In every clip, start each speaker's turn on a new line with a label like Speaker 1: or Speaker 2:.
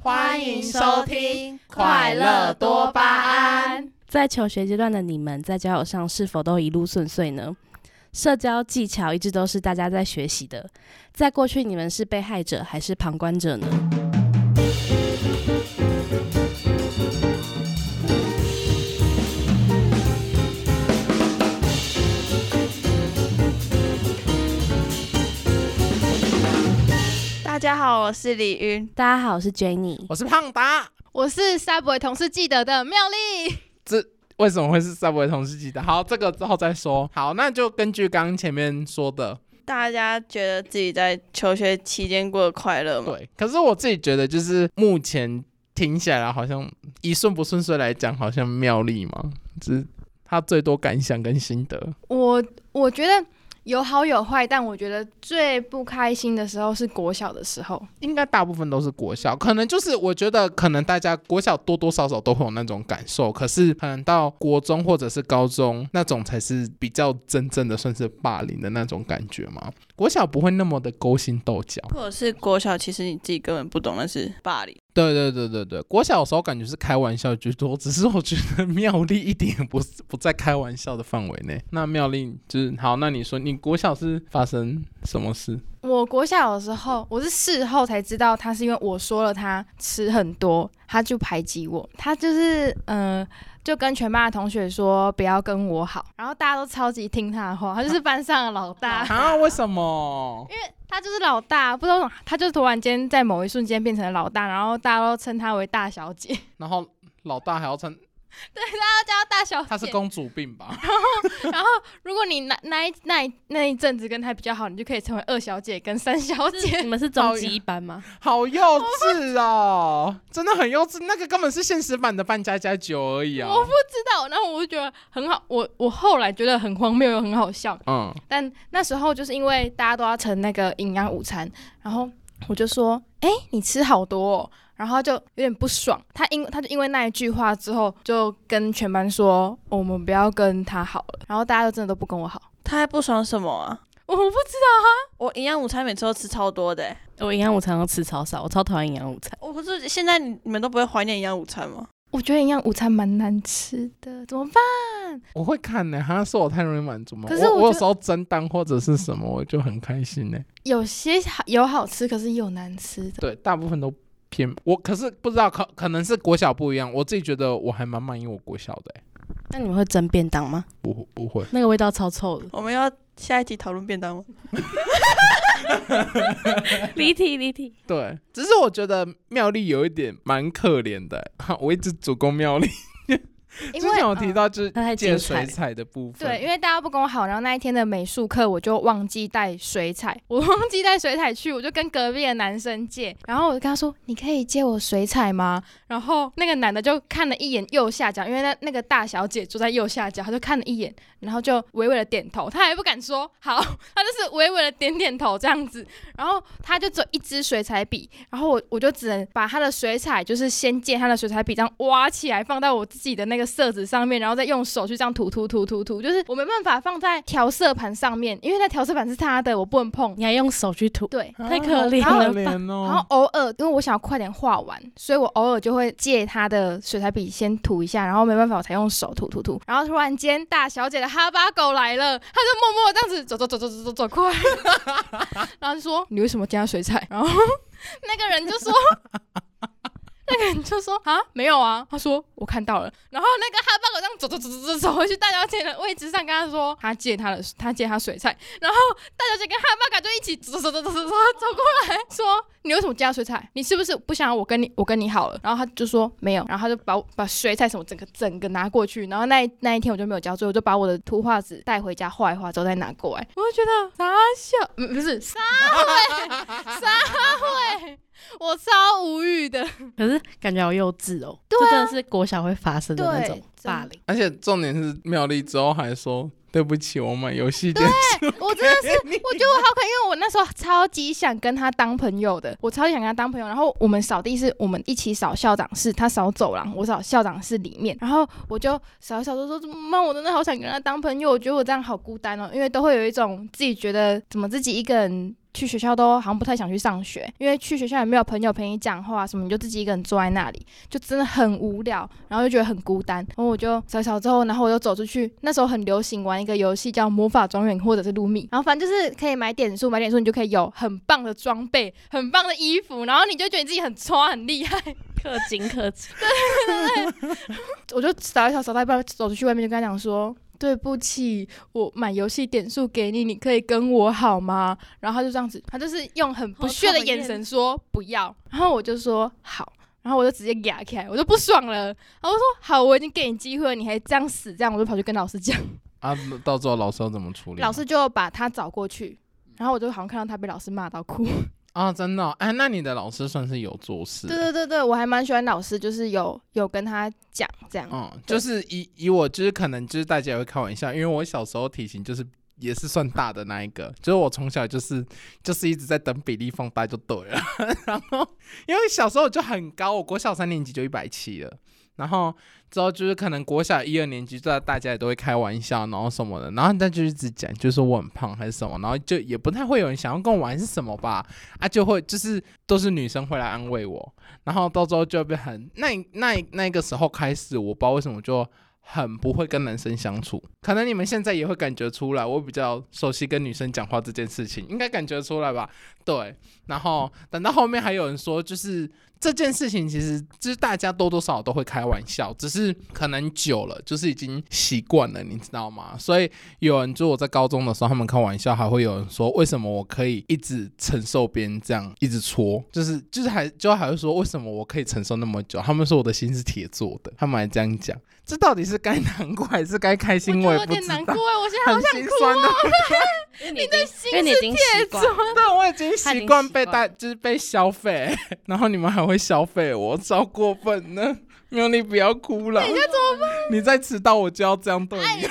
Speaker 1: 欢迎收听《快乐多巴胺》。
Speaker 2: 在求学阶段的你们，在交友上是否都一路顺遂呢？社交技巧一直都是大家在学习的，在过去你们是被害者还是旁观者呢？
Speaker 1: 大家好，我是李云，
Speaker 2: 大家好，我是 Jenny。
Speaker 3: 我是胖达。
Speaker 4: 我是 Subway 同事记得的妙丽。
Speaker 3: 为什么会是 Subway 同事记的？好，这个之后再说。好，那就根据刚刚前面说的，
Speaker 1: 大家觉得自己在求学期间过得快乐吗？
Speaker 3: 对。可是我自己觉得，就是目前听起来好像以顺不顺遂来讲，好像妙丽嘛，就是他最多感想跟心得。
Speaker 4: 我我觉得有好有坏，但我觉得最不开心的时候是国小的时候。
Speaker 3: 应该大部分都是国小，可能就是我觉得，可能大家国小多多少少都会有那种感受，可是可能到国中或者是高中那种才是比较真正的算是霸凌的那种感觉嘛。国小不会那么的勾心斗角，
Speaker 1: 或者是国小，其实你自己根本不懂那是霸凌。
Speaker 3: 对对对对对，国小的时候感觉是开玩笑居多，只是我觉得妙丽一点也不是不在开玩笑的范围内。那妙丽就是好，那你说你国小是发生什么 事？
Speaker 4: 我国小的时候，我是事后才知道，他是因为我说了他吃很多，他就排挤我。他就是嗯、呃就跟全班的同学说不要跟我好，然后大家都超级听他的话，他就是班上的老 大。
Speaker 3: 啊？为什么？
Speaker 4: 他就是老大，不知道为什么他就突然间在某一瞬间变成了老大，然后大家都称他为大小姐，
Speaker 3: 然后老大还要称
Speaker 4: 大家叫 他大小姐。
Speaker 3: 他是公主病吧？
Speaker 4: 然后，如果你那那一那一那一阵子跟他比较好，你就可以成为二小姐跟三小
Speaker 2: 你
Speaker 4: 姐。
Speaker 2: 们是中级一班吗？
Speaker 3: 好幼稚哦，真的很幼稚，那个根本是现实版的扮家家酒而已啊。
Speaker 4: 我不知道，然后我就觉得很好，我我后来觉得很荒谬又很好笑。
Speaker 3: 嗯，
Speaker 4: 但那时候就是因为大家都要盛那个营养午餐，然后我就说：“哎、你吃好多、哦。”然后他就有点不爽，他因他就因为那一句话之后，就跟全班说、哦我们不要跟他好了。” 然后大家就真的都不跟我好，
Speaker 1: 他还不爽什么啊？
Speaker 4: 我不知
Speaker 1: 我营养午餐每次都吃超多的欸、
Speaker 2: 我营养午餐都吃超少，我超讨厌营养午餐。
Speaker 1: 我不是现在你你们都不会怀念营养午餐吗？。
Speaker 4: 我觉得营养午餐蛮难吃的，怎么办？
Speaker 3: 我会看呢、好像是我太容易满足吗？
Speaker 4: 可是
Speaker 3: 我
Speaker 4: 我
Speaker 3: 我有
Speaker 4: 觉
Speaker 3: 时候蒸蛋或者是什么，我就很开心呢、
Speaker 4: 有些好有好吃，可是也有难吃的。
Speaker 3: 对，大部分都偏我，可是不知道可可能是国小不一样，我自己觉得我还蛮满意我国小的、欸，
Speaker 2: 那你们会蒸便当吗？
Speaker 3: 不不会，
Speaker 2: 那个味道超臭的
Speaker 1: 我们要下一集讨论便当吗？
Speaker 2: 离题离题。
Speaker 3: 对，只是我觉得妙丽有一点蛮可怜的、欸， 我一直主攻妙丽，之
Speaker 4: 因为
Speaker 3: 前有提、
Speaker 4: 嗯
Speaker 3: 到就是
Speaker 2: 她太
Speaker 3: 借
Speaker 2: 精
Speaker 3: 水
Speaker 2: 彩
Speaker 3: 彩的部分，
Speaker 4: 对，因为大家不跟我好，然后那一天的美术课我就忘记带水彩，我忘记带水彩去，我就跟隔壁的男生借，然后我就跟他说：“你可以借我水彩吗？”然后那个男的就看了一眼右下角，因为那那个大小姐坐在右下角，他就看了一眼，然后就微微的点头，他还不敢说好，他就是微微的点点头这样子，然后他就只有一支水彩笔，然后我我就只能把他的水彩，就是先借他的水彩笔这样挖起来，放到我自己的那个色纸上面，然后再用手去这样涂涂涂涂涂，就是我没办法放在调色盘上面，因为那调色盘是他的，我不能碰。
Speaker 2: 你还用手去涂，
Speaker 4: 对，
Speaker 2: 太可怜
Speaker 3: 好
Speaker 2: 了
Speaker 3: 可
Speaker 2: 吧？
Speaker 3: 怜
Speaker 4: 然后
Speaker 3: 哦。
Speaker 4: 偶尔因为我想要快点画完，所以我偶尔就会借他的水彩笔先涂一下，然后没办法我才用手涂涂涂。然后突然间大小姐的哈巴狗来了，她就默默地这样子走走走走走走走过来，然后就说你为什么加水彩？然后那个人就说。那个人就说啊，没有啊。他说我看到了。然后那个哈巴狗这样走走走走走走回去大小姐的位置上，跟他说他借他的，他借他水彩。然后大小姐跟哈巴狗就一起走走走走走走走过来， 说你为什么加水彩？你是不是不想我跟你我跟你好了？然后他就说没有，然后他就把我把水彩什么整个整个拿过去。然后那一那一天我就没有交，所以我就把我的图画纸带回家画一画之后再拿过来。我就觉得傻笑，嗯不是傻会傻会，我超无语的。
Speaker 2: 可是感觉好幼稚哦，
Speaker 4: 对
Speaker 2: 这
Speaker 4: 啊
Speaker 2: 真的是国小会发生的那
Speaker 4: 对
Speaker 2: 种
Speaker 4: 真
Speaker 2: 霸
Speaker 4: 的
Speaker 2: 凌。
Speaker 3: 而且重点是妙丽之后还说对不起，我买游戏店。
Speaker 4: 我真的是，我觉得我好可爱，因为我那时候超级想跟他当朋友的，我超级想跟他当朋友。然后我们扫地是我们一起扫校长室，他扫走廊，我扫校长室里面。然后我就扫一扫，就说怎么办？我真的好想跟他当朋友，我觉得我这样好孤单哦，因为都会有一种自己觉得怎么自己一个人。去学校都好像不太想去上学，因为去学校也没有朋友陪你讲话什么，你就自己一个人坐在那里，就真的很无聊，然后就觉得很孤单。然后我就扫一扫之后，然后我就走出去，那时候很流行玩一个游戏叫魔法庄园或者是卢米，然后反正就是可以买点数，买点数你就可以有很棒的装备、很棒的衣服，然后你就觉得自己很穿很厉害。
Speaker 2: 氪金氪金，
Speaker 4: 我就扫一扫，扫到一半走出去外面，就跟他讲说：“对不起，我买游戏点数给你，你可以跟我好吗？”然后他就这样子，他就是用很不屑的眼神说不要，然后我就说好。然后我就直接给他开，我就不爽了。然后我说好，我已经给你机会了，你还这样死这样，我就跑去跟老师讲。
Speaker 3: 啊，到最后老师要怎么处理？
Speaker 4: 老师就把他找过去，然后我就好像看到他被老师骂到哭。
Speaker 3: 啊，真的哦、哎，那你的老师算是有做事。
Speaker 4: 对对对对，我还蛮喜欢老师，就是有有跟他讲这样。
Speaker 3: 嗯，就是以以我就是可能就是大家也会开玩笑，因为我小时候体型就是也是算大的那一个，就是我从小就是就是一直在等比例放大就对了。 然后因为小时候我就很高，我国小三年级就一百七了。然后之后就是可能国小一二年级，大大家也都会开玩笑，然后什么的，然后但就一直讲，就是说我很胖还是什么，然后就也不太会有人想要跟我玩是什么吧，啊就会就是都是女生会来安慰我，然后到最后就会很那那那个时候开始，我不知道为什么就很不会跟男生相处，可能你们现在也会感觉出来，我比较熟悉跟女生讲话这件事情，应该感觉出来吧？对，然后等到后面还有人说，就是这件事情其实就是大家多多少少都会开玩笑，只是可能久了就是已经习惯了，你知道吗？所以有人就我在高中的时候，他们开玩笑还会有人说，为什么我可以一直承受别人这样一直戳，就是就是还就还会说为什么我可以承受那么久？他们说我的心是铁做的，他们还这样讲，这到底是该难过还是该开心？我
Speaker 4: 我
Speaker 3: 也
Speaker 4: 有
Speaker 3: 不
Speaker 4: 点
Speaker 3: 知
Speaker 4: 难
Speaker 3: 道
Speaker 4: 过，，欸我现在好
Speaker 3: 很
Speaker 4: 想
Speaker 3: 心
Speaker 4: 哭哦
Speaker 3: 酸啊的。
Speaker 2: 因为你已经因为你已经习惯了，
Speaker 3: 但我已经
Speaker 2: 他已
Speaker 3: 习
Speaker 2: 经
Speaker 3: 惯
Speaker 2: 习
Speaker 3: 被
Speaker 2: 惯
Speaker 3: 大，就是被消费，然后你们还会消费我，超过分呢！没有你不要哭了，你要怎么办？哎你再迟到我就要这样对你。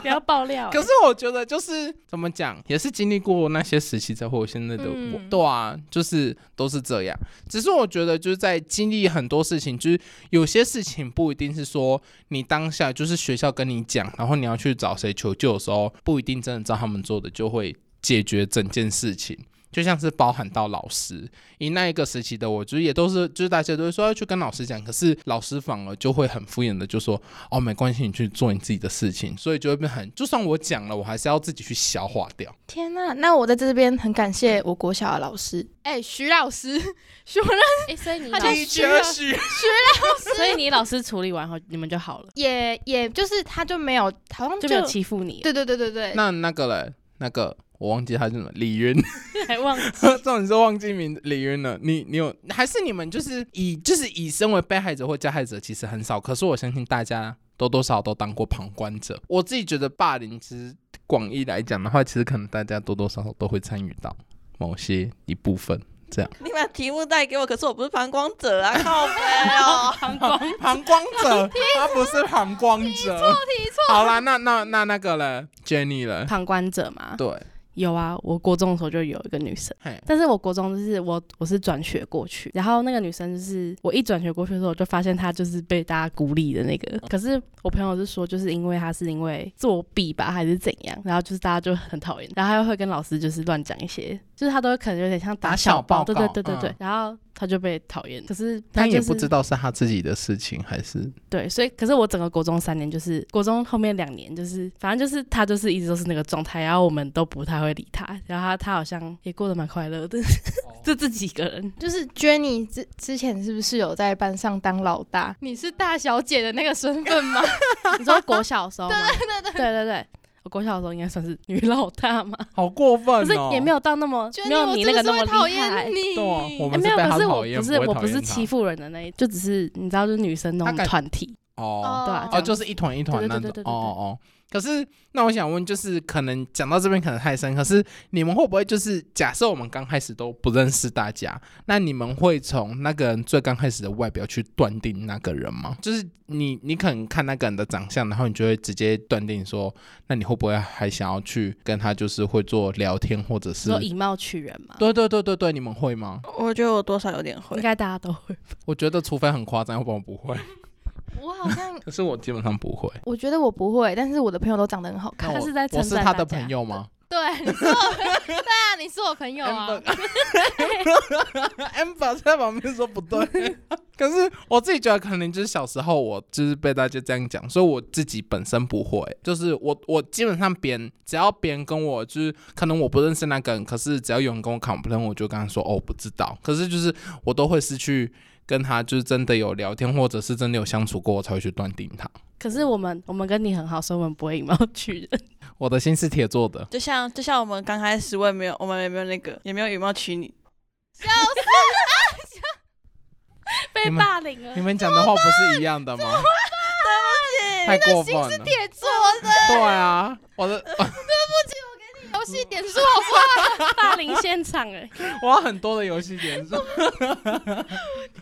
Speaker 2: 不要爆料。
Speaker 3: 可是我觉得就是怎么讲，也是经历过那些时期才会有现在的我。
Speaker 4: 嗯
Speaker 3: 对啊，就是都是这样。只是我觉得就是在经历很多事情，就是有些事情不一定是说你当下就是学校跟你讲，然后你要去找谁求救的时候，不一定真的照他们做的就会解决整件事情。就像是包含到老师，以那一个时期的我，就是也都是，就是大家都会说要去跟老师讲，可是老师反而就会很敷衍的就说，哦，没关系，你去做你自己的事情，所以就会变很，就算我讲了，我还是要自己去消化掉。
Speaker 4: 天呐、那我在这边很感谢我国小的老师，哎、徐老师，徐老师啊
Speaker 2: 哎，所以你
Speaker 4: 他
Speaker 2: 老
Speaker 4: 就
Speaker 2: 师，
Speaker 4: 需要
Speaker 3: 是
Speaker 2: 所以你老师处理完后，你们就好了，
Speaker 4: 也也就是他就没有，好像
Speaker 2: 就
Speaker 4: 就
Speaker 2: 没有欺负你，
Speaker 4: 对对对对对，
Speaker 3: 那那个嘞，那个我忘记他叫什么，李云，
Speaker 2: 还忘记
Speaker 3: 这种是忘记名李云了。你你有还是你们就是以就是以身为被害者或加害者，其实很少。可是我相信大家多多少少都当过旁观者。我自己觉得霸凌其实广义来讲的话，其实可能大家多多少少都会参与到某些一部分。
Speaker 1: 你把题目带给我，可是我不是旁观者啊， 靠背 哦。
Speaker 2: 膀胱。
Speaker 3: 旁观 者，他不是旁观者。好啦，那那那那个了，Jenny 了。
Speaker 2: 旁观者嘛，
Speaker 3: 对，
Speaker 2: 有啊，我国中的时候就有一个女生
Speaker 3: 嘿，
Speaker 2: 但是我国中就是我我是转学过去，然后那个女生就是我一转学过去的时候，我就发现她就是被大家孤立的那个。可是我朋友是说，就是因为她是因为作弊吧，还是怎样，然后就是大家就很讨厌，然后她又会跟老师就是乱讲一些，就是她都可能有点像
Speaker 3: 打
Speaker 2: 打
Speaker 3: 小
Speaker 2: 小报，
Speaker 3: 报
Speaker 2: 对
Speaker 3: 告
Speaker 2: 对对对对，
Speaker 3: 嗯
Speaker 2: 然后她就被讨厌。可是她
Speaker 3: 他也
Speaker 2: 就是
Speaker 3: 不知道是他自己的事情还是
Speaker 2: 对，所以可是我整个国中三年，就是国中后面两年，就是反正就是他就是一直都是那个状态，然后我们都不太会理他，然后他他好像也过得蛮快乐的，
Speaker 3: 哦
Speaker 2: 就自己一个人。
Speaker 4: 就是 Jenny 之之前是不是有在班上当老大？你是大小姐的那个身份 吗？
Speaker 2: 你说国小的时候吗？对 对对对对我国小的时候应该算是女老大嘛，
Speaker 3: 好过
Speaker 2: 可
Speaker 3: 分哦
Speaker 2: 是也没有到那么
Speaker 4: Jenny，
Speaker 2: 没有你那个那么
Speaker 4: 我真的是会讨
Speaker 2: 厉害
Speaker 4: 厌。你。
Speaker 3: 对啊我
Speaker 2: 哎
Speaker 3: 们
Speaker 2: 没有，
Speaker 3: 是被
Speaker 2: 可
Speaker 3: 他
Speaker 2: 是我
Speaker 3: 讨厌
Speaker 2: 不是
Speaker 3: 不会
Speaker 2: 我
Speaker 3: 讨
Speaker 2: 不是
Speaker 3: 厌他
Speaker 2: 欺负人的那一，就只是你知道，就是女生那
Speaker 3: 他
Speaker 2: 种
Speaker 3: 感
Speaker 2: 团体，
Speaker 3: 哦
Speaker 2: 对啊吧？
Speaker 4: 哦
Speaker 3: 哦，就是一团一团那
Speaker 2: 对
Speaker 3: 种
Speaker 2: 对对对对对
Speaker 3: 哦哦。可是那我想问，就是可能讲到这边可能太深，可是你们会不会就是假设我们刚开始都不认识大家，那你们会从那个人最刚开始的外表去断定那个人吗？就是你你可能看那个人的长相，然后你就会直接断定说，那你会不会还想要去跟他就是会做聊天或者是
Speaker 2: 说以貌取人嘛，
Speaker 3: 对对对对对，你们会吗？
Speaker 1: 我觉得我多少有点会
Speaker 2: 应，该大家都会。
Speaker 3: 我觉得除非很夸张，要不然我不会。
Speaker 4: 我好像
Speaker 3: 可是我基本上不会。
Speaker 4: 我觉得我不会，但是我的朋友都长得很好看。
Speaker 2: 他
Speaker 3: 那我
Speaker 2: 是在称
Speaker 3: 我是
Speaker 2: 赞
Speaker 3: 他
Speaker 2: 大
Speaker 3: 的
Speaker 2: 家
Speaker 3: 朋友吗
Speaker 4: 对，你是我， 对啊，你是我朋友啊。
Speaker 3: ？amber 在旁边说不对， 可是我自己觉得可能就是小时候我就是被大家这样讲，所以我自己本身不会，就是我我基本上别人只要别人跟我就是可能我不认识那个人，可是只要有人跟我 complain，我就跟他说哦我不知道，可是就是我都会失去。跟他就是真的有聊天，或者是真的有相处过，我才会去断定他。
Speaker 2: 可是我们我们跟你很好，所以我们不会以貌取人。
Speaker 3: 我的心是铁做的，
Speaker 1: 就像就像我们刚开始，我也没有，我们也没有那个，也没有以貌取你。
Speaker 2: 被
Speaker 3: 你们
Speaker 2: 霸凌
Speaker 3: 你
Speaker 2: 了，
Speaker 3: 们讲的话不是一样的吗？太过分了。
Speaker 4: 铁做 的
Speaker 3: 对啊，我的
Speaker 4: 游戏点数好不好？
Speaker 2: 霸凌现场哎、
Speaker 3: 我有很多的游戏点数。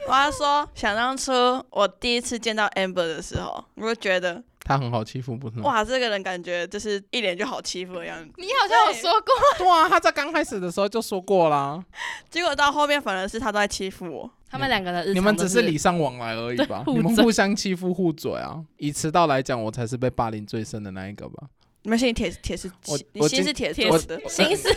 Speaker 1: 我要说，想当初我第一次见到 Amber 的时候，我就觉得
Speaker 3: 他很好欺负，不是吗？
Speaker 1: 哇，这个人感觉就是一脸就好欺负的样子。
Speaker 4: 你好像有说过，
Speaker 3: 对啊，他在刚开始的时候就说过啦，
Speaker 1: 结果到后面反而是他都在欺负我。
Speaker 2: 他们两个的日常
Speaker 3: 你们只
Speaker 2: 都
Speaker 3: 是
Speaker 2: 是
Speaker 3: 礼尚往来而已吧？
Speaker 2: 对
Speaker 3: 你们
Speaker 2: 互嘴
Speaker 3: 互相欺负互嘴啊。以迟到来讲，我才是被霸凌最深的那一个吧。
Speaker 1: 你们心里铁铁是
Speaker 3: 我
Speaker 1: 你
Speaker 3: 我
Speaker 1: 心
Speaker 3: 今
Speaker 1: 是铁
Speaker 2: 铁
Speaker 1: 做的，
Speaker 2: 心是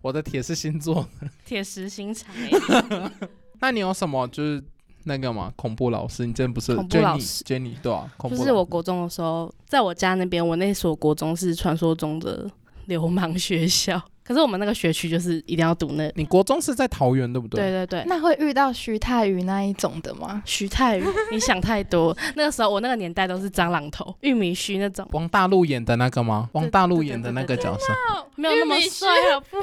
Speaker 3: 我的铁是星座。
Speaker 2: 铁石心肠哎、
Speaker 3: 那你有什么就是那个嘛？恐怖老师，你真的不是
Speaker 2: 恐怖老
Speaker 3: Jenny
Speaker 2: 师
Speaker 3: Jenny 对啊？恐
Speaker 2: 就
Speaker 3: 怖
Speaker 2: 是我
Speaker 3: 老师
Speaker 2: 国中的时候，在我家那边，我那所国中是传说中的流氓学校， 可是我们那个学区就是一定要读那，
Speaker 3: 你国中是在桃园对不
Speaker 2: 对
Speaker 3: 对？
Speaker 2: 对对。
Speaker 4: 那会遇到徐太宇那一种的吗？
Speaker 2: 徐太宇，你想太多。 那个时候我那个年代都是蟑螂头、玉米须那种，
Speaker 3: 王大陆演的那个吗？王大陆演的那个角色，
Speaker 2: 没有那么
Speaker 4: 玉米须
Speaker 2: 帅，好不好？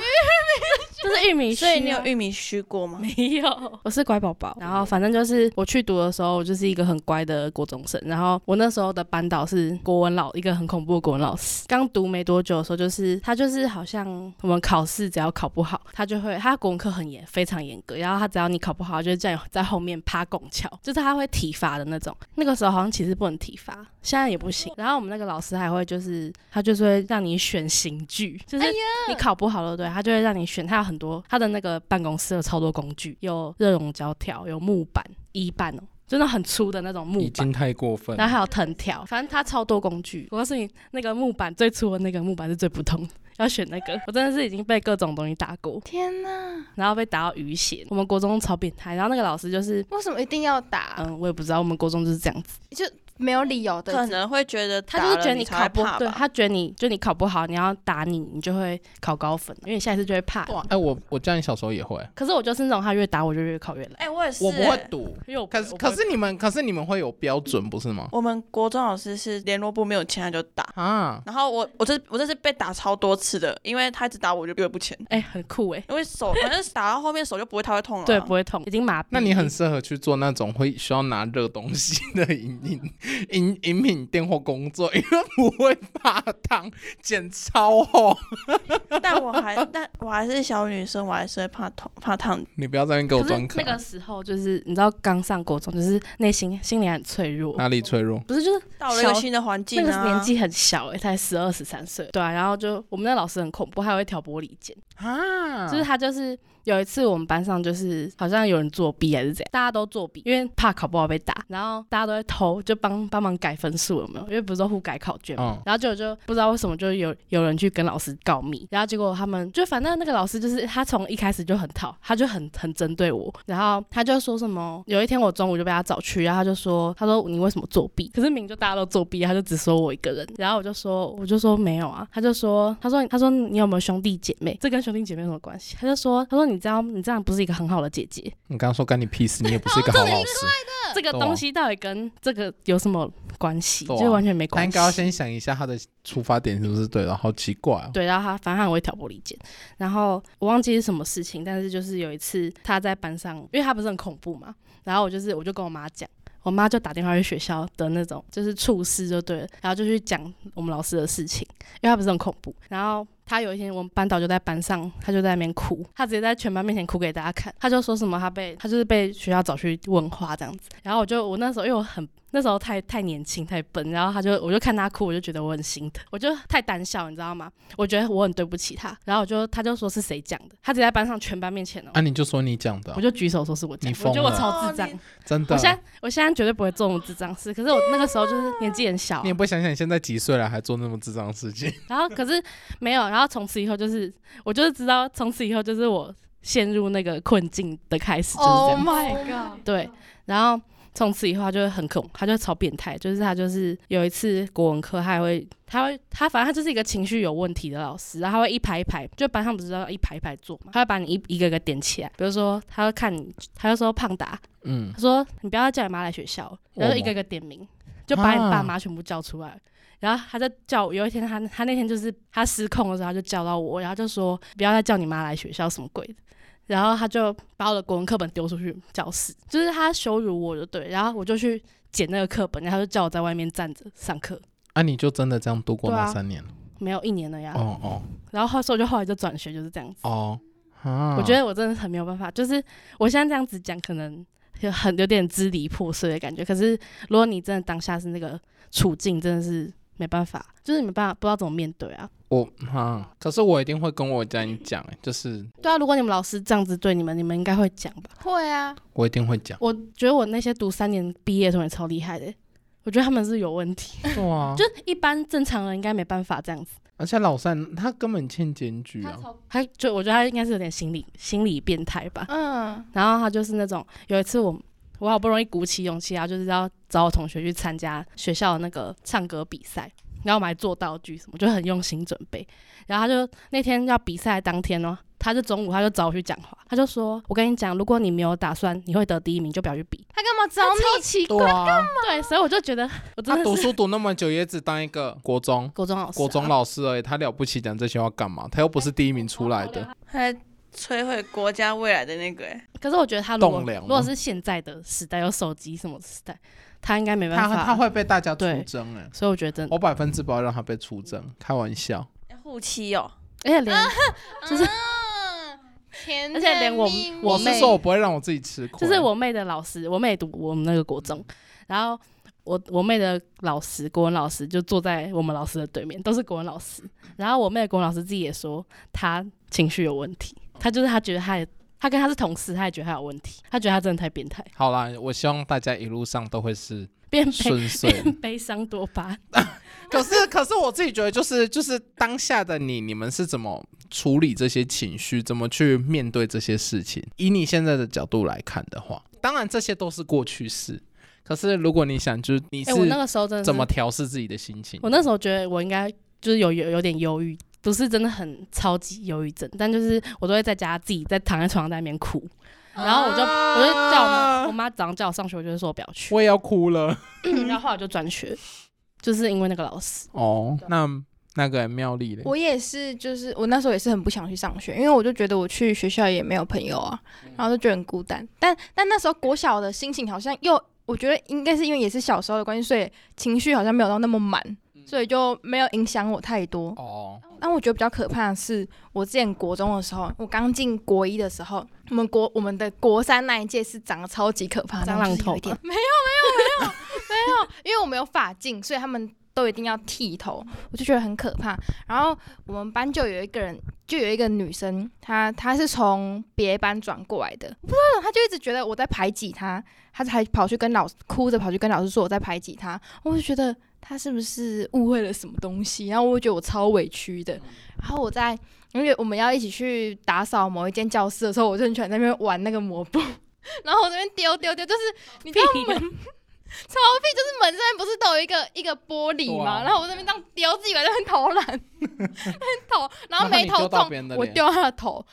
Speaker 2: 就是玉米须啊，
Speaker 1: 所以你有玉米须过吗？
Speaker 2: 没有， 我是乖宝宝。然后反正就是我去读的时候，我就是一个很乖的国中生。然后我那时候的班导是国文老，一个很恐怖的国文老师。刚读没多久的时候，就是他就是好像我们考试只要考不好，他就会他国文课很严，非常严格。然后他只要你考不好，他就会叫你在后面趴拱桥，就是他会体罚的那种。那个时候好像其实不能体罚，现在也不行。然后我们那个老师还会就是他就是会让你选刑具，就是
Speaker 4: 哎呀
Speaker 2: 你考不好了，对，他就会让你选。他有很多，他的那个办公室有超多工具，有热熔胶条，有木板、衣板哦，真的很粗的那种木
Speaker 3: 已
Speaker 2: 板。
Speaker 3: 经太过分了
Speaker 2: 然。后还有藤条，反正他超多工具。我告诉你，那个木板最粗的那个木板是最普通的， 要选那个。我真的是已经被各种东西打过，
Speaker 4: 天哪，
Speaker 2: 然后被打到淤血。我们国中超变态，然后那个老师就是，
Speaker 4: 为什么一定要打？
Speaker 2: 嗯，我也不知道，我们国中就是这样子。
Speaker 4: 没有理由
Speaker 1: 可
Speaker 4: 的。
Speaker 1: 能会觉得
Speaker 2: 他就是
Speaker 1: 打了
Speaker 2: 觉得你
Speaker 1: 才
Speaker 2: 考
Speaker 1: 会
Speaker 2: 不，
Speaker 1: 怕
Speaker 2: 对
Speaker 1: 吧。
Speaker 2: 他觉得你就你考不好，你要打你，你就会考高分，因为你下一次就会怕。
Speaker 3: 哇，哎、我我叫你小时候也会，
Speaker 2: 可是我就是那种他越打我就越考越烂。
Speaker 1: 哎，我也是
Speaker 3: 我不会
Speaker 1: 欸。
Speaker 3: 赌，
Speaker 2: 因为我
Speaker 3: 可是可是你们可是你们会有标准不是吗？
Speaker 1: 我们国中老师是联络部没有签他就打，
Speaker 3: 啊，
Speaker 1: 然后我我这我这次被打超多次的，因为他一直打我我就越不签，
Speaker 2: 哎、很酷哎、
Speaker 1: 因为手反正打到后面手就不会太会痛了啊。
Speaker 2: 对，不会痛，已经麻痹。
Speaker 3: 那你很适合去做那种会需要拿热东西的饮饮饮饮品店或工作，因为不会怕烫，剪超厚。
Speaker 1: 但我还但我还是小女生，我还是会怕痛怕烫。
Speaker 3: 你不要在那边给我
Speaker 2: 可
Speaker 3: 装
Speaker 2: 是
Speaker 3: 可
Speaker 2: 那
Speaker 3: 爱，
Speaker 2: 个时候就是你知道刚上国中，就是内心心里很脆弱，
Speaker 3: 哪里脆弱？
Speaker 2: 不是就是
Speaker 1: 到了一个
Speaker 2: 小
Speaker 1: 新的环境
Speaker 2: 那
Speaker 1: 啊，
Speaker 2: 个年纪很小哎、才十二十三岁，对啊，然后就我们那老师很恐怖，他还会挑拨离间，
Speaker 3: 啊，
Speaker 2: 就是他就是。有一次我们班上就是好像有人作弊还是怎样，大家都作弊，因为怕考不好被打，然后大家都在偷，就帮帮忙改分数有没有？因为不是都互改考卷嘛，
Speaker 3: 嗯
Speaker 2: 然后结果就不知道为什么就有有人去跟老师告密，然后结果他们就反正那个老师就是他从一开始就很讨，他就很很针对我，然后他就说什么有一天我中午就被他找去，然后他就说他说你为什么作弊？可是明明就大家都作弊，他就只说我一个人，然后我就说我就说没有啊，他就说他说他说你有没有兄弟姐妹？这跟兄弟姐妹有什么关系？他就说他说你这样你这样不是一个很好的姐姐，
Speaker 3: 你刚刚说干你屁事，你也不是一个好老师，
Speaker 2: 这个
Speaker 3: 懂啊
Speaker 2: 东西到底跟这个有什么关系？
Speaker 3: 懂啊
Speaker 2: 就完全没
Speaker 3: 他
Speaker 2: 关
Speaker 3: 应
Speaker 2: 系
Speaker 3: 该。要先想一下他的出发点是不是对的，好奇怪哦。
Speaker 2: 对，然后他反正他很会挑拨离间。然后我忘记是什么事情，但是就是有一次他在班上，因为他不是很恐怖嘛，然后我就是我就跟我妈讲。我妈就打电话去学校的那种，就是处事就对了，然后就去讲我们老师的事情，因为他不是很恐怖。然后他有一天我们班导就在班上，他就在那边哭，他直接在全班面前哭给大家看，他就说什么他被他就是被学校找去问话这样子，然后我就我那时候因为我很那时候太太年轻太笨，然后他就我就看他哭，我就觉得我很心疼，我就太胆小，你知道吗？我觉得我很对不起他，然后我就他就说是谁讲的，他直接在班上全班面前哦、
Speaker 3: 啊，你就说你讲的啊
Speaker 2: 我，就举手说是我讲
Speaker 3: 你
Speaker 2: 的，我觉得我
Speaker 3: 疯了
Speaker 2: 超智障
Speaker 1: 哦，
Speaker 3: 真的啊
Speaker 2: 我现。在我现在绝对不会做那种智障事，可是我那个时候就是年纪很小啊、
Speaker 3: 你也不想想你现在几岁了，还做那么智障的事情，
Speaker 2: 然后可是没有，然后从此以后就是，我就是知道从此以后就是我陷入那个困境的开始，就是这
Speaker 4: Oh
Speaker 2: 样。
Speaker 4: my god！
Speaker 2: 对，然后从此以后他就很恐，他就超变态，就是他就是有一次国文课他还会，他会他反正他就是一个情绪有问题的老师，然后他会一排一排，就班上不是要一排一排坐嘛，他会把你一一个一个点起来，比如说他会看你，他就说胖达，
Speaker 3: 嗯，
Speaker 2: 他说你不要叫你妈来学校，然后就一个一个点名，就把你爸妈全部叫出来。然后他就叫我，有一天他他那天就是他失控的时候，他就叫到我，然后就说不要再叫你妈来学校什么鬼的。然后他就把我的国文课本丢出去教室，就是他羞辱我就对，然后我就去捡那个课本，然后他就叫我在外面站着上课，
Speaker 3: 啊，你就真的这样度过
Speaker 2: 对
Speaker 3: 那
Speaker 2: 啊
Speaker 3: 三年了？
Speaker 2: 没有一年了呀。
Speaker 3: 哦哦
Speaker 2: 然后后所以我就后来就转学就是这样子。
Speaker 3: 哦，啊，
Speaker 2: 我觉得我真的很没有办法，就是我现在这样子讲，可能有很有点支离破碎的感觉。可是如果你真的当下是那个处境，真的是没办法，就是你没办法不知道怎么面对啊。
Speaker 3: 我啊，可是我一定会跟我家人讲，哎，就是
Speaker 2: 对啊，如果你们老师这样子对你们，你们应该会讲吧？
Speaker 4: 会啊，
Speaker 3: 我一定
Speaker 2: ，
Speaker 3: 会讲
Speaker 2: 我觉得我那些读三年毕业的同学超厉害的、我觉得他们是有问题，
Speaker 3: 对啊，
Speaker 2: 就是一般正常人应该没办法这样子。
Speaker 3: 而且老三他根本欠检举啊，
Speaker 2: 他就我觉得他应该是有点心理心理变态吧。
Speaker 4: 嗯，
Speaker 2: 然后他就是那种有一次我我好不容易鼓起勇气啊，就是要找我同学去参加学校的那个唱歌比赛，然后我们还做道具什么，就很用心准备。然后他就那天要比赛当天哦，他就中午他就找我去讲话，他就说：“我跟你讲，如果你没有打算你会得第一名，就不要去比。
Speaker 4: 他干嘛找你？奇
Speaker 3: 对啊，”
Speaker 2: 对，所以我就觉得我真
Speaker 3: 他
Speaker 2: 的
Speaker 3: 读
Speaker 2: 是啊
Speaker 3: 书读那么久，也只当一个国中
Speaker 2: 国中老师、
Speaker 3: 国中
Speaker 2: 老
Speaker 3: 老师而已，他了不起讲这些话干嘛？他又不是第一名出来的，
Speaker 2: 啊
Speaker 1: 还摧毁国家未来的那个、欸，
Speaker 2: 可是我觉得他如果
Speaker 3: 栋梁吗
Speaker 2: 如果是现在的时代，有手机什么时代，他应该没
Speaker 3: 他
Speaker 2: 办
Speaker 3: 他
Speaker 2: 法。
Speaker 3: 会被大家出
Speaker 2: 对
Speaker 3: 征哎，
Speaker 2: 所以我觉得 真的，
Speaker 3: 我百分之百让他被出征，开玩笑，
Speaker 1: 要护妻哦。
Speaker 2: 而且 连就是
Speaker 4: 甜
Speaker 2: 啊而且连我
Speaker 4: 蜜蜜
Speaker 2: 我
Speaker 3: 我
Speaker 2: 妹
Speaker 3: 是说我不会让我自己吃亏，
Speaker 2: 就是我妹的老师，我妹也读我们那个国中，
Speaker 3: 嗯
Speaker 2: 然后我我妹的老师，国文老师就坐在我们老师的对面，都是国文老师。然后我妹的国文老师自己也说，她情绪有问题，她就是她觉得她也，她跟她是同事，她也觉得她有问题，她觉得她真的太变态，
Speaker 3: 好啦，我希望大家一路上都会是
Speaker 2: 变悲
Speaker 3: 顺遂的
Speaker 2: 变悲伤多巴。
Speaker 3: 可是，可是我自己觉得，就是就是当下的你，你们是怎么处理这些情绪，怎么去面对这些事情？以你现在的角度来看的话，当然这些都是过去式。可是如果你想，就是你
Speaker 2: 哎、
Speaker 3: 是
Speaker 2: 我那个时候真的是
Speaker 3: 怎么调试自己的心情？
Speaker 2: 我那时候觉得我应该就是有有有点忧郁，不是真的很超级忧郁症，但就是我都会在家自己在躺在床上在那边哭，
Speaker 3: 啊
Speaker 2: 然后我就、我就叫我妈，我妈早上叫我上学，我就说我 不要去，
Speaker 3: 我也要哭了
Speaker 2: 然后后来我就转学，就是因为那个老师，
Speaker 3: 哦。那那个妙丽嘞，
Speaker 4: 我也是，就是我那时候也是很不想去上学，因为我就觉得我去学校也没有朋友啊，
Speaker 2: 嗯
Speaker 4: 然后就觉得很孤单。但但那时候国小的心情好像又，我觉得应该是因为也是小时候的关系，所以情绪好像没有到那么满，
Speaker 2: 嗯
Speaker 4: 所以就没有影响我太多。
Speaker 3: 哦，
Speaker 4: 但我觉得比较可怕的是，我之前国中的时候，我刚进国一的时候，我们国我们的国三那一届是长得超级可怕的，
Speaker 2: 蟑螂头
Speaker 4: 就是有一点
Speaker 2: 吗
Speaker 4: 没有没有没有没有，因为我们有发镜，所以他们都一定要剃头，我就觉得很可怕。然后我们班就有一个人，就有一个女生，她她是从别班转过来的，我不知道为什么她就一直觉得我在排挤她，她还跑去跟老师哭着跑去跟老师说我在排挤她，我就觉得。她是不是误会了什么东西？然后我就觉得我超委屈
Speaker 3: 嗯
Speaker 4: 的。然后我在因为我们要一起去打扫某一间教室的时候，我就很喜欢在那边玩那个抹布， 然后我这边丢丢丢，就是你知道门 超屁，就是门上面不是都有一个一个玻璃
Speaker 3: 对啊
Speaker 4: 嘛，然后我这边这样 丢，自己以为在那边投篮，那边投，
Speaker 3: 然
Speaker 4: 然后
Speaker 3: 后
Speaker 4: 没
Speaker 3: 你
Speaker 4: 投
Speaker 3: 丢到别人
Speaker 4: 中
Speaker 3: 的，
Speaker 4: 我
Speaker 3: 脸
Speaker 4: 丢他的头。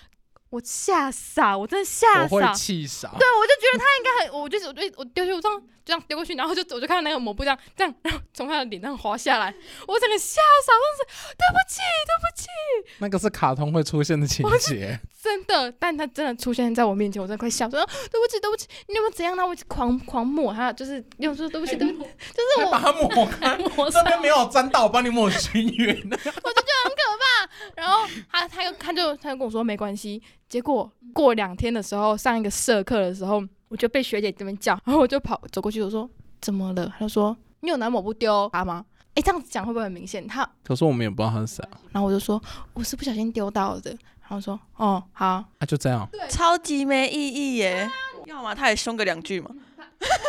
Speaker 4: 我吓傻，我真的吓
Speaker 2: 啊
Speaker 3: 我会
Speaker 4: 傻。
Speaker 3: 气傻。
Speaker 4: 对，啊我就觉得他应该很，我就是我对我丢去我这样这样丢过去，然后就我就看到那个抹布这样这样，然后从他的脸上滑下来，我整个吓傻，我当时对不起，
Speaker 3: 那个是卡通会出现的情节。
Speaker 4: 真的，但他真的出现在我面前，我真的快笑，说啊对不起，对不起，你有没有怎样？然后我就狂狂抹他，就是又说对不起，对不起，就是 我
Speaker 3: 把它抹
Speaker 2: 还
Speaker 3: 开，
Speaker 2: 抹
Speaker 3: 这
Speaker 2: 上
Speaker 3: 边没有沾到，我帮你抹均匀。
Speaker 4: 然后他他又他就他就跟我说没关系。结果过两天的时候，上一个社课的时候，我就被学姐这边叫，然后我就跑走过去，我说怎么了？他就说你有拿抹布丢他吗？哎，这样子讲会不会很明显？他，
Speaker 3: 可是我们也不知道他是谁啊，
Speaker 4: 然后我就说我是不小心丢到的。然后说哦好，
Speaker 3: 啊就这样，
Speaker 1: 超级没意义耶。要么他也凶个两句嘛，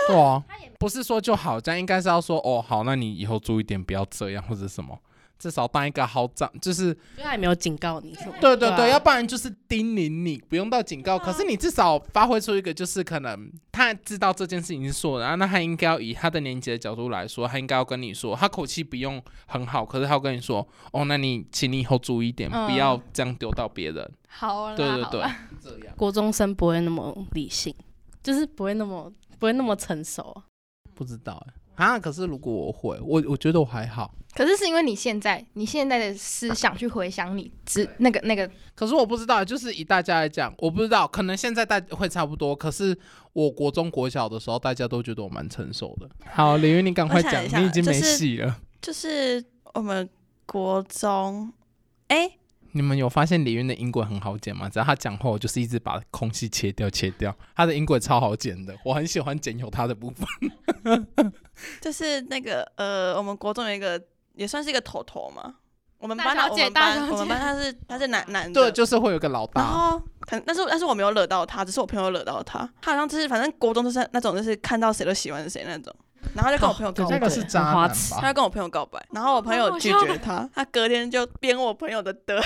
Speaker 3: 对啊，不是说就好，这样应该是要说哦好，那你以后注意点，不要这样或者什么，至少当一个好长，就是
Speaker 2: 就他也没有警告你什么。
Speaker 3: 对对嗯对，
Speaker 2: 啊
Speaker 3: 要不然就是叮咛你，不用到警告，可是你至少发挥出一个，就是可能他知道这件事情是错的，然后那他应该要以他的年纪的角度来说，他应该要跟你说，他口气不用很好，可是他要跟你说，哦，那你请你以后注意点，
Speaker 4: 嗯
Speaker 3: 不要这样丢到别人。
Speaker 4: 好啦，
Speaker 3: 对对
Speaker 4: 好
Speaker 3: 对
Speaker 4: 啦，
Speaker 3: 这样
Speaker 2: 国中生不会那么理性，就是不会那么不会那么成熟啊。
Speaker 3: 不知道哎、啊，可是如果我会，我我觉得我还好，
Speaker 4: 可是是因为你现在你现在的思想去回想你之那个那个，
Speaker 3: 可是我不知道，就是以大家来讲，我不知道，可能现在大会差不多，可是我国中国小的时候，大家都觉得我蛮成熟的。好，李云，你赶快
Speaker 1: 我
Speaker 3: 讲
Speaker 1: 想一，下
Speaker 3: 你已经没
Speaker 1: 就是
Speaker 3: 戏了。
Speaker 1: 就是我们国中，哎、
Speaker 3: 你们有发现李云的音轨很好剪吗？只要他讲话，我就是一直把空隙切掉，切掉。他的音轨超好剪的，我很喜欢剪有他的部分。
Speaker 1: 就是那个呃，我们国中有一个也算是一个头头嘛，我们班他
Speaker 4: 大小
Speaker 1: 我
Speaker 4: 姐
Speaker 1: 们班
Speaker 4: 大小姐
Speaker 1: 我们班他是他是男男的，
Speaker 3: 对，就是会有个老
Speaker 1: 然
Speaker 3: 大，
Speaker 1: 后可能但是但是我没有惹到他，只是我朋友惹到他，他好像就是反正国中就是那种就是看到谁都喜欢谁那种，然后他就跟我朋友告
Speaker 2: 哦
Speaker 1: 白。
Speaker 2: 对
Speaker 3: 那个是渣
Speaker 2: 很花
Speaker 3: 男
Speaker 2: 痴
Speaker 1: 他
Speaker 3: 吧？
Speaker 1: 就跟我朋友告白，然后我朋友拒绝 他，他隔天就编我朋友的德，
Speaker 2: 啊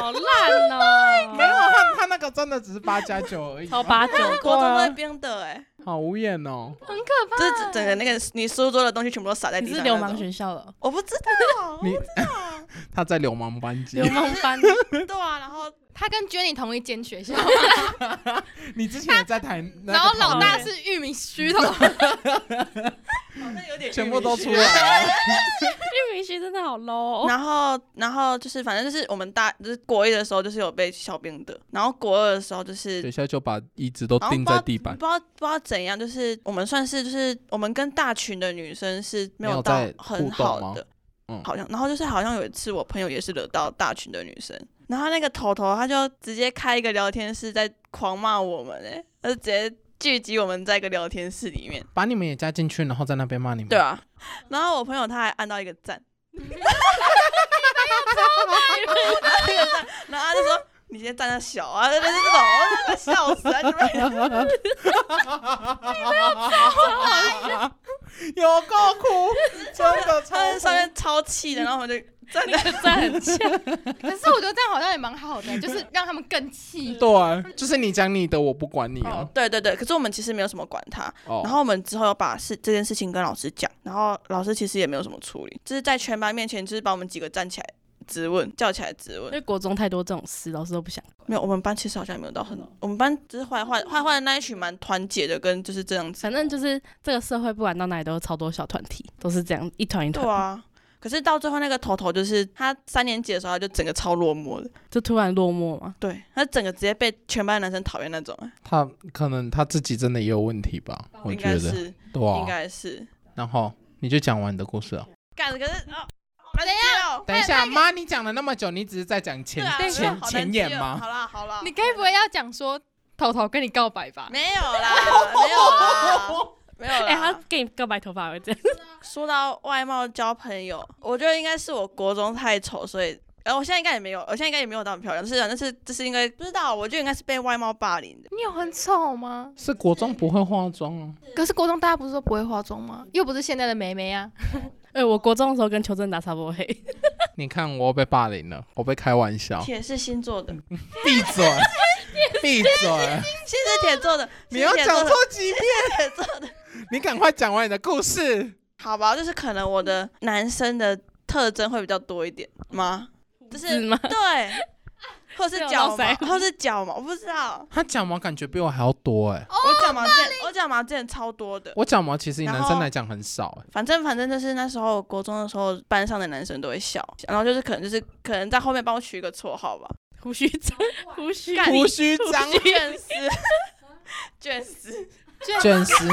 Speaker 2: 好烂哦、
Speaker 3: 没有，他他那个真的只是八加九而已。
Speaker 2: 超八九
Speaker 1: 国 中都在编的哎、
Speaker 3: 好无眼哦。
Speaker 4: 很可怕。
Speaker 1: 就是整整个那个你书桌的东西全部都撒在
Speaker 2: 你
Speaker 1: 地
Speaker 2: 是
Speaker 1: 上。
Speaker 2: 流氓，学校的哦
Speaker 1: 我不知道，
Speaker 3: 你他在流氓班级
Speaker 2: 流，氓 班，
Speaker 1: 对啊，然后
Speaker 4: 他跟 Jenny 同一 间学校，
Speaker 3: 你之前也 在台，那个
Speaker 4: 然后
Speaker 3: 桃园
Speaker 4: 老大是玉米须头，
Speaker 1: 好像有点
Speaker 3: 全部都出
Speaker 1: 来。
Speaker 3: 来哦了。
Speaker 2: 玉米须真的好 low 哦。
Speaker 1: 然后，然后就是，反正就是我们大，就是国一的时候就是有被校兵的，然后国二的时候就是
Speaker 3: 学校就把椅子都
Speaker 1: 好像
Speaker 3: 钉在地板，
Speaker 1: 不知道不知道怎样，就是我们算是就是我们跟大群的女生是没
Speaker 3: 没有
Speaker 1: 有到
Speaker 3: 在互
Speaker 1: 很
Speaker 3: 动吗
Speaker 1: 好的，
Speaker 3: 嗯
Speaker 1: 好像然后就是好像有一次我朋友也是惹到大群的女生，然后那个头头他就直接开一个聊天室在狂骂我们哎、他就直接聚集我们在一个聊天室里面，
Speaker 3: 把你们也加进去，然后在那边骂你们。
Speaker 1: 对啊，然后我朋友他还按到一个赞，然后他就说。你先站那小啊，就是这种，我就笑死啊！你们
Speaker 3: 有够哭，真的超嗯
Speaker 1: 他在上面超气的，然后我就站在
Speaker 2: 真的很呛，
Speaker 4: 可是我觉得这样好像也蛮好的，就是让他们更气。
Speaker 3: 对，啊就是你讲你的，我不管你啊
Speaker 1: 哦。，对对对，可是我们其实没有什么管他，
Speaker 3: 哦，
Speaker 1: 然后我们之后有把事这件事情跟老师讲，然后老师其实也没有什么处理，就是在全班面前就是把我们几个站起来质问，叫起来质
Speaker 2: 因
Speaker 1: 问。
Speaker 2: 为国中太多这种事，老师都不想。
Speaker 1: 没有，我们班其实好像也没有到很，
Speaker 3: 哦
Speaker 1: 我们班只是坏坏坏坏的那一群蛮团结的，跟就是这 样子。
Speaker 2: 反正就是这个社会，不管到哪里都有超多小团体，都是这样一团一
Speaker 1: 对
Speaker 2: 团，
Speaker 1: 啊，可是到最后那个头头就是他三年级的时候，他就整个超落寞的，
Speaker 2: 就突然落寞嘛。
Speaker 1: 对他整个直接被全班男生讨厌那种，哎
Speaker 3: 他可能他自己真的也有问题吧，我
Speaker 1: 应
Speaker 3: 觉
Speaker 1: 该
Speaker 3: 得。
Speaker 1: 是
Speaker 3: 对
Speaker 1: 应
Speaker 3: 啊，
Speaker 1: 该是。
Speaker 3: 然后你就讲完你的故事啊。
Speaker 1: 干，可是哦，等下
Speaker 3: 等一下，妈，你讲了啊那么久，你只是在讲前
Speaker 1: 对啊，
Speaker 3: 前
Speaker 1: 好难
Speaker 3: 前
Speaker 1: 接
Speaker 3: 言
Speaker 1: 哦
Speaker 3: 吗？
Speaker 1: 好啦好啦，
Speaker 4: 你该不会要讲说头头跟你告白吧？
Speaker 1: 没有 啦，没有啦，没 有啦。
Speaker 2: 哎、他给你告白头发会这样，
Speaker 1: 说到外貌交朋友，我觉得应该是我国中太丑，所以。然后我现在应该也没有，我现在应该也没有到很漂亮，就是反正是这是应该不知道，我觉得应该是被外貌霸凌的。
Speaker 4: 你有很丑吗？
Speaker 3: 是国中不会化妆啊，
Speaker 4: 可是国中大家不是说不会化妆吗？又不是现在的妹妹啊。
Speaker 2: 哎、我国中的时候跟邱正达差不多黑，
Speaker 3: 你看我被霸凌了，我被开玩笑，
Speaker 1: 铁是星座的，
Speaker 3: 闭嘴，闭嘴，
Speaker 1: 星是铁做的，
Speaker 3: 你要
Speaker 1: 星是铁
Speaker 3: 讲
Speaker 1: 做
Speaker 3: 错
Speaker 1: 的
Speaker 3: 几遍，
Speaker 1: 铁做的。
Speaker 3: 你赶快讲完你的故事。
Speaker 1: 好吧，就是可能我的男生的特征会比较多一点吗？就是
Speaker 2: 是吗？
Speaker 1: 对，或是
Speaker 2: 是有
Speaker 1: 脚
Speaker 2: 络腮
Speaker 1: 毛，
Speaker 2: 胡
Speaker 1: 或是脚毛，我不知道。
Speaker 3: 他脚毛感觉比我还要多哎、
Speaker 1: 我脚毛之前，我脚毛之前超多的。
Speaker 3: 我脚毛其实以
Speaker 1: 然
Speaker 3: 男生
Speaker 1: 后
Speaker 3: 来讲很少哎、
Speaker 1: 反正反正就是那时候国中的时候，班上的男生都会笑，然后就是可能就是可能在后面帮我取一个绰号 吧，
Speaker 2: 胡须长，胡须
Speaker 3: 胡须张
Speaker 1: 卷丝，卷丝，
Speaker 3: 卷丝，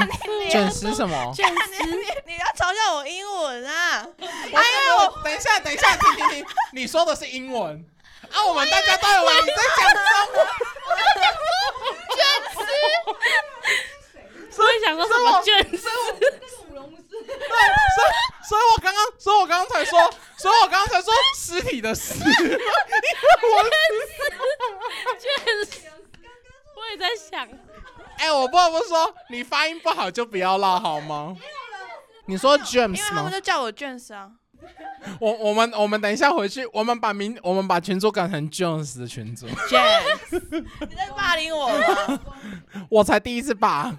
Speaker 3: 卷丝什么？
Speaker 2: 卷
Speaker 1: 你
Speaker 2: 丝，
Speaker 1: 你要嘲笑我英文啊？
Speaker 3: 哎呦，等一下，等一下，停停停，你说的是英文啊？我们大家都以为你在讲中文，
Speaker 2: 所以想说什么卷丝？
Speaker 3: 对，哎所以所以我刚刚，所以我刚刚才说，所以我刚刚才说尸体的尸，因为我
Speaker 2: 卷丝，我也在想，
Speaker 3: 哎，我不得不说，你发音不好就不要唠好吗？你说
Speaker 1: 因为
Speaker 3: James
Speaker 1: 他们
Speaker 3: 吗？
Speaker 1: 就叫我卷丝啊。
Speaker 3: 我我们我们等一下回去，我们把名我们把群主改成 Jones 的群主。
Speaker 1: 你在霸凌我吗？
Speaker 3: 我才第一次拔。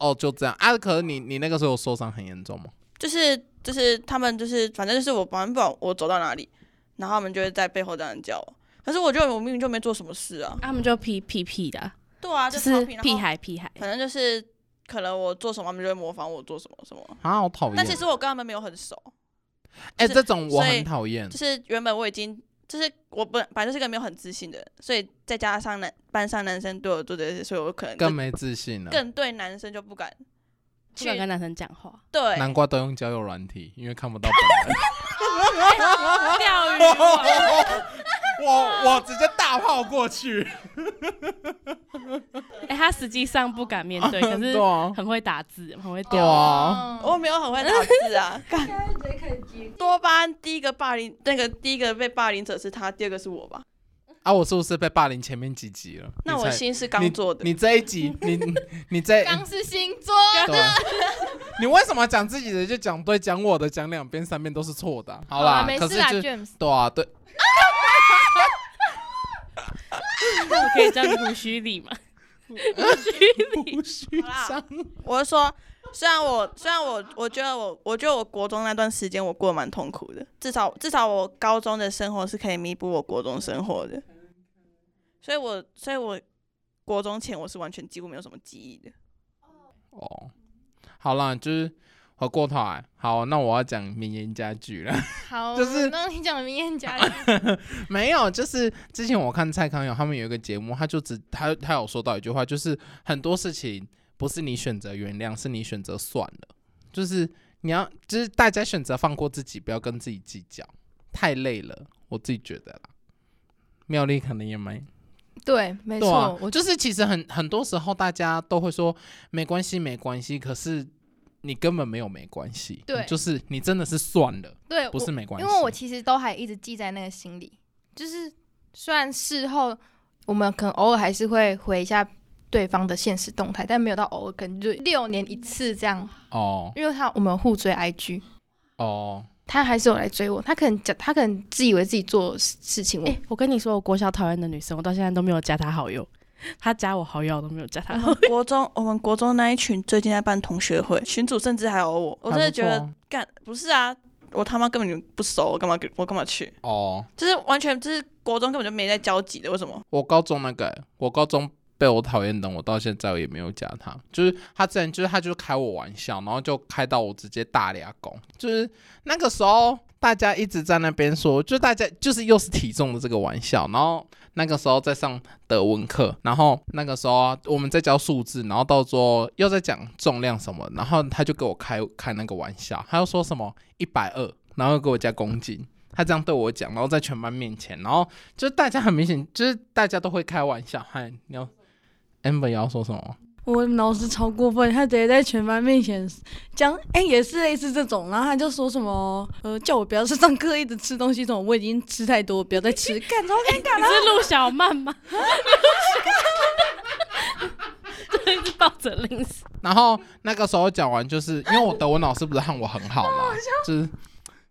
Speaker 3: 哦，就这样啊！可是你你那个时候有受伤很严重吗？
Speaker 1: 就是就是他们就是反正就是我反正不管我走到哪里，然后他们就会在背后这样叫我。可是我觉得我明明就没做什么事啊。
Speaker 2: 他们就屁屁屁的，
Speaker 1: 对啊，
Speaker 2: 就
Speaker 1: 就是是
Speaker 2: 屁。孩屁孩。
Speaker 1: 反正就是可能我做什么，他们就会模仿我做什么什么。
Speaker 3: 啊，好讨厌！
Speaker 1: 但其实我跟他们没有很熟，
Speaker 3: 哎、
Speaker 1: 就是
Speaker 3: 这种我
Speaker 1: 所以
Speaker 3: 很讨厌
Speaker 1: 就。是原本我已经就是我本本来就是个没有很自信的人，所以再加上男班上男生对我做这些，所以我可能就
Speaker 3: 更没自信了，
Speaker 1: 更对男生就不敢
Speaker 2: 不
Speaker 1: 去
Speaker 2: 敢跟男生讲 话，
Speaker 1: 对
Speaker 3: 难怪都用交友软体，因为看不到本人。
Speaker 2: 钓鱼网
Speaker 3: 我我直接大炮过去，
Speaker 2: 哎、他实际上不敢面对，可是
Speaker 3: 对啊，
Speaker 2: 很会打字，很会
Speaker 3: 对
Speaker 2: 钓。
Speaker 3: 啊，
Speaker 4: 哦
Speaker 1: 我没有很会打字啊。干多巴胺第一个霸凌，那个第一个被霸凌者是他，第二个是我吧？
Speaker 3: 啊，我是不是被霸凌前面几集了？
Speaker 1: 那
Speaker 3: 你
Speaker 1: 我
Speaker 3: 才
Speaker 1: 心是刚做的，
Speaker 3: 你这一集， 你你这
Speaker 4: 刚是星座，
Speaker 3: 对，你为什么讲自己的就讲对，讲我的讲两遍三遍都是错的啊？好啦，
Speaker 4: 没
Speaker 3: 可
Speaker 4: 事
Speaker 3: 是
Speaker 4: 啦
Speaker 3: 就
Speaker 4: ，James。
Speaker 3: 对啊，对，
Speaker 2: 我可以叫你胡须里吗？
Speaker 3: 胡须
Speaker 1: 好
Speaker 3: 上
Speaker 1: 啦。我是说，虽然我虽然我我觉得我我觉得我国中那段时间我过得蛮痛苦的，至少至少我高中的生活是可以弥补我国中生活的，所以我所以我国中前我是完全几乎没有什么记忆的。
Speaker 3: 哦，好啦，就是回过头来，好，那我要讲名言佳句了。
Speaker 4: 好，
Speaker 3: 就是啊
Speaker 4: 那你讲的明艳家，
Speaker 3: 没有，就是之前我看蔡康永他们有一个节目，他就只他他有说到一句话，就是很多事情不是你选择原谅，是你选择算了，就是你要就是大家选择放过自己，不要跟自己计较，太累了，我自己觉得啦。妙丽可能也没
Speaker 4: 对，没
Speaker 3: 对啊
Speaker 4: 错，，我
Speaker 3: 就是其实很很多时候大家都会说没关系没关系，可是你根本没有没关系，
Speaker 4: 对
Speaker 3: 就是你真的是算了，
Speaker 4: 对，
Speaker 3: 不
Speaker 4: 我
Speaker 3: 是没关系，
Speaker 4: 因为我其实都还一直记在那个心里，就是虽然事后我们可能偶尔还是会回一下对方的现实动态，但没有到偶尔，可能就六年一次这样。
Speaker 3: 哦
Speaker 4: 因为他我们互追 IG，
Speaker 3: 哦，
Speaker 4: 他还是有来追我，他可能讲他可能自以为自己做的事情，我、
Speaker 2: 哎、我跟你说，我国小讨厌的女生，我到现在都没有加她好友，她加我好友我都没有加她好友。
Speaker 1: 国中我们国中那一群最近在办同学会，群主甚至还有我，我真的觉
Speaker 3: 还不
Speaker 1: 得
Speaker 3: 错
Speaker 1: 干不是啊，我他妈根本就不熟，我干嘛给我干嘛去？
Speaker 3: 哦，
Speaker 1: 就是完全就是国中根本就没在交集的，为什么？
Speaker 3: 我高中那个欸、我高中被我讨厌的，我到现在我也没有加他。就是他之前，就是他就是开我玩笑，然后就开到我直接大俩拱。就是那个时候，大家一直在那边说，就大家就是又是体重的这个玩笑。然后那个时候在上德文课，然后那个时候啊、我们在教数字，然后到时候又在讲重量什么，然后他就给我开开那个玩笑，他又说什么一百二，然后又给我加公斤。他这样对我讲，然后在全班面前，然后就是大家很明显，就是大家都会开玩笑。嗨，你要 Amber 也要说什么？
Speaker 5: 我老师超过分，他直接在全班面前讲，哎、也是类似这种，然后他就说什么，呃，叫我不要去上课，一直吃东西，什么我已经吃太多，不要再吃，干超尴尬
Speaker 2: 你是陆小曼吗？ 对， 一直抱着零食。
Speaker 3: 然后那个时候讲完，就是因为我德文老师不是和我很好嘛，就是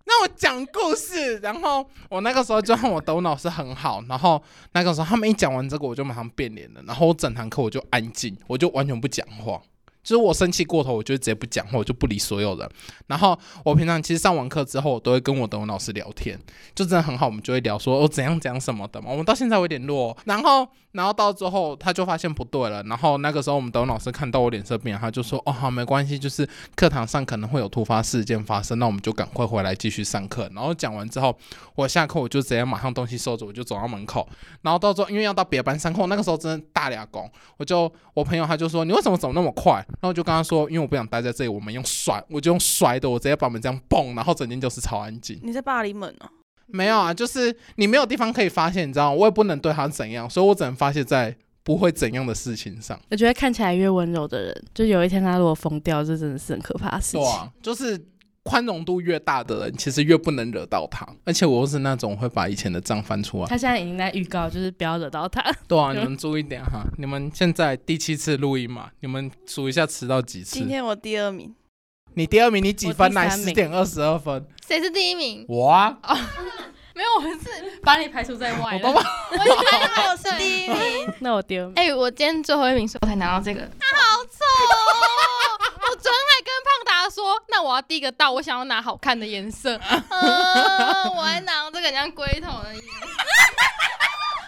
Speaker 3: 那我讲故事，然后我那个时候就和我德文老师很好，然后那个时候他们一讲完这个，我就马上变脸了，然后我整堂课我就安静，我就完全不讲话，就是我生气过头，我就直接不讲话，我就不理所有人。然后我平常其实上完课之后，我都会跟我德文老师聊天，就真的很好，我们就会聊说哦怎样怎样什么的嘛。我们到现在有点弱，然后然后到之后他就发现不对了，然后那个时候我们德文老师看到我脸色变，他就说哦好没关系，就是课堂上可能会有突发事件发生，那我们就赶快回来继续上课。然后讲完之后，我下课我就直接马上东西收着，我就走到门口，然后到时候因为要到别班上课，我那个时候真的大俩工，我就我朋友他就说你为什么走那么快？然后我就跟他说，因为我不想待在这里，我们用甩，我就用甩的，我直接把门这样蹦，然后整间教室超安静。
Speaker 1: 你在霸凌门哦、
Speaker 3: 没有啊，就是你没有地方可以发泄，你知道吗？我也不能对他怎样，所以我只能发泄在不会怎样的事情上。
Speaker 2: 我觉得看起来越温柔的人，就有一天他如果疯掉，这真的是很可怕的事
Speaker 3: 对
Speaker 2: 情。
Speaker 3: 啊，就是宽容度越大的人，其实越不能惹到他。而且我又是那种会把以前的账翻出来。
Speaker 2: 他现在已经在预告，就是不要惹到他。
Speaker 3: 对啊，你们注意点哈。你们现在第七次录音嘛，你们数一下迟到几次
Speaker 1: 今？天我第二名，
Speaker 3: 你第二名，你几分来？
Speaker 2: 我第三
Speaker 3: 十
Speaker 2: 名
Speaker 3: 点二十二分。
Speaker 4: 谁是第一名？
Speaker 3: 我啊，
Speaker 4: 没有，我们 是把你排除在外
Speaker 3: 我
Speaker 4: 了。
Speaker 3: 爸爸，
Speaker 4: 我已经把你排
Speaker 1: 我是
Speaker 4: 除在外
Speaker 1: 第一名，
Speaker 2: 那我丢，
Speaker 4: 哎、我今天最后一名，所以我才拿到这个。好丑、哦！我昨天还跟胖达说，那我要第一个到，我想要拿好看的颜色。嗯、啊我还拿到这个很像龟头的颜 色。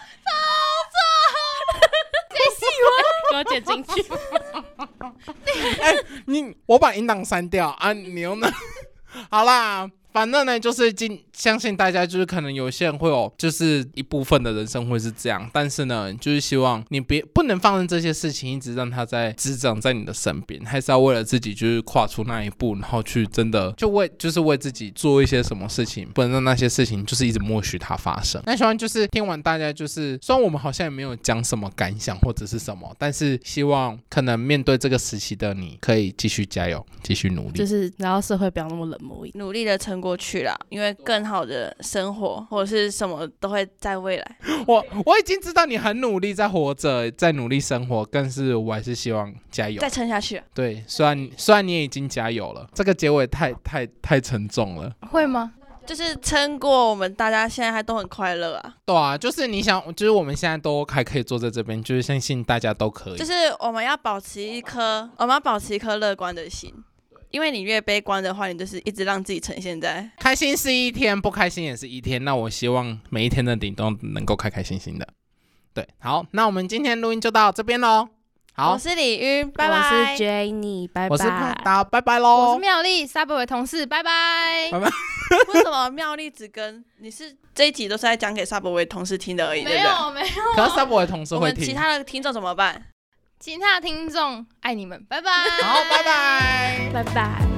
Speaker 4: 好 丑！谁喜欢？
Speaker 2: 给我剪进去。
Speaker 3: 哎、 你我把音档删掉啊，你又那， 好啦。反正呢，就是今相信大家就是可能有些人会有，就是一部分的人生会是这样，但是呢，就是希望你别不能放任这些事情一直让它在滋长在你的身边，还是要为了自己就是跨出那一步，然后去真的就为就是为自己做一些什么事情，不能让那些事情就是一直默许它发生。那希望就是听完大家就是，虽然我们好像也没有讲什么感想或者是什么，但是希望可能面对这个时期的你，可以继续加油，继续努力。
Speaker 2: 就是然后社会不要那么冷漠一点。
Speaker 1: 努力的撑过去啦，因为更好的生活或者是什么都会在未来。
Speaker 3: 我我已经知道你很努力在活着，在努力生活，但是我还是希望加油
Speaker 1: 再。撑下去啊，
Speaker 3: 对，虽然虽然你也已经加油了，这个结尾太太太沉重了。
Speaker 4: 会吗？
Speaker 1: 就是撑过我们大家现在还都很快乐啊，
Speaker 3: 对啊，就是你想，就是我们现在都还可以坐在这边，就是相信大家都可以。
Speaker 1: 就是我们要保持一颗，我们要保持一颗乐观的心，因为你越悲观的话，你就是一直让自己呈现在
Speaker 3: 开心是一天，不开心也是一天。那我希望每一天的你都能够开开心心的。对，好，那我们今天录音就到这边喽。好
Speaker 1: 我，是李云，拜
Speaker 2: 我
Speaker 1: 拜。
Speaker 2: 是 Jenny，拜
Speaker 3: 我是
Speaker 2: 拜
Speaker 3: 胖。达，拜拜
Speaker 4: 我
Speaker 3: 喽
Speaker 4: 是。妙丽，沙伯伟同事，拜拜。
Speaker 1: 为什么妙丽只跟你是这一集都是在讲给萨博维同事听的而已，对
Speaker 4: 没
Speaker 1: 不对？
Speaker 4: 有没有，
Speaker 3: 可是 Subway 同事
Speaker 1: 我
Speaker 3: 会
Speaker 1: 们其
Speaker 3: 听。
Speaker 1: 他的听众怎么办？
Speaker 4: 其他的听众爱你们，拜拜。
Speaker 3: 好，拜拜。
Speaker 2: 拜拜。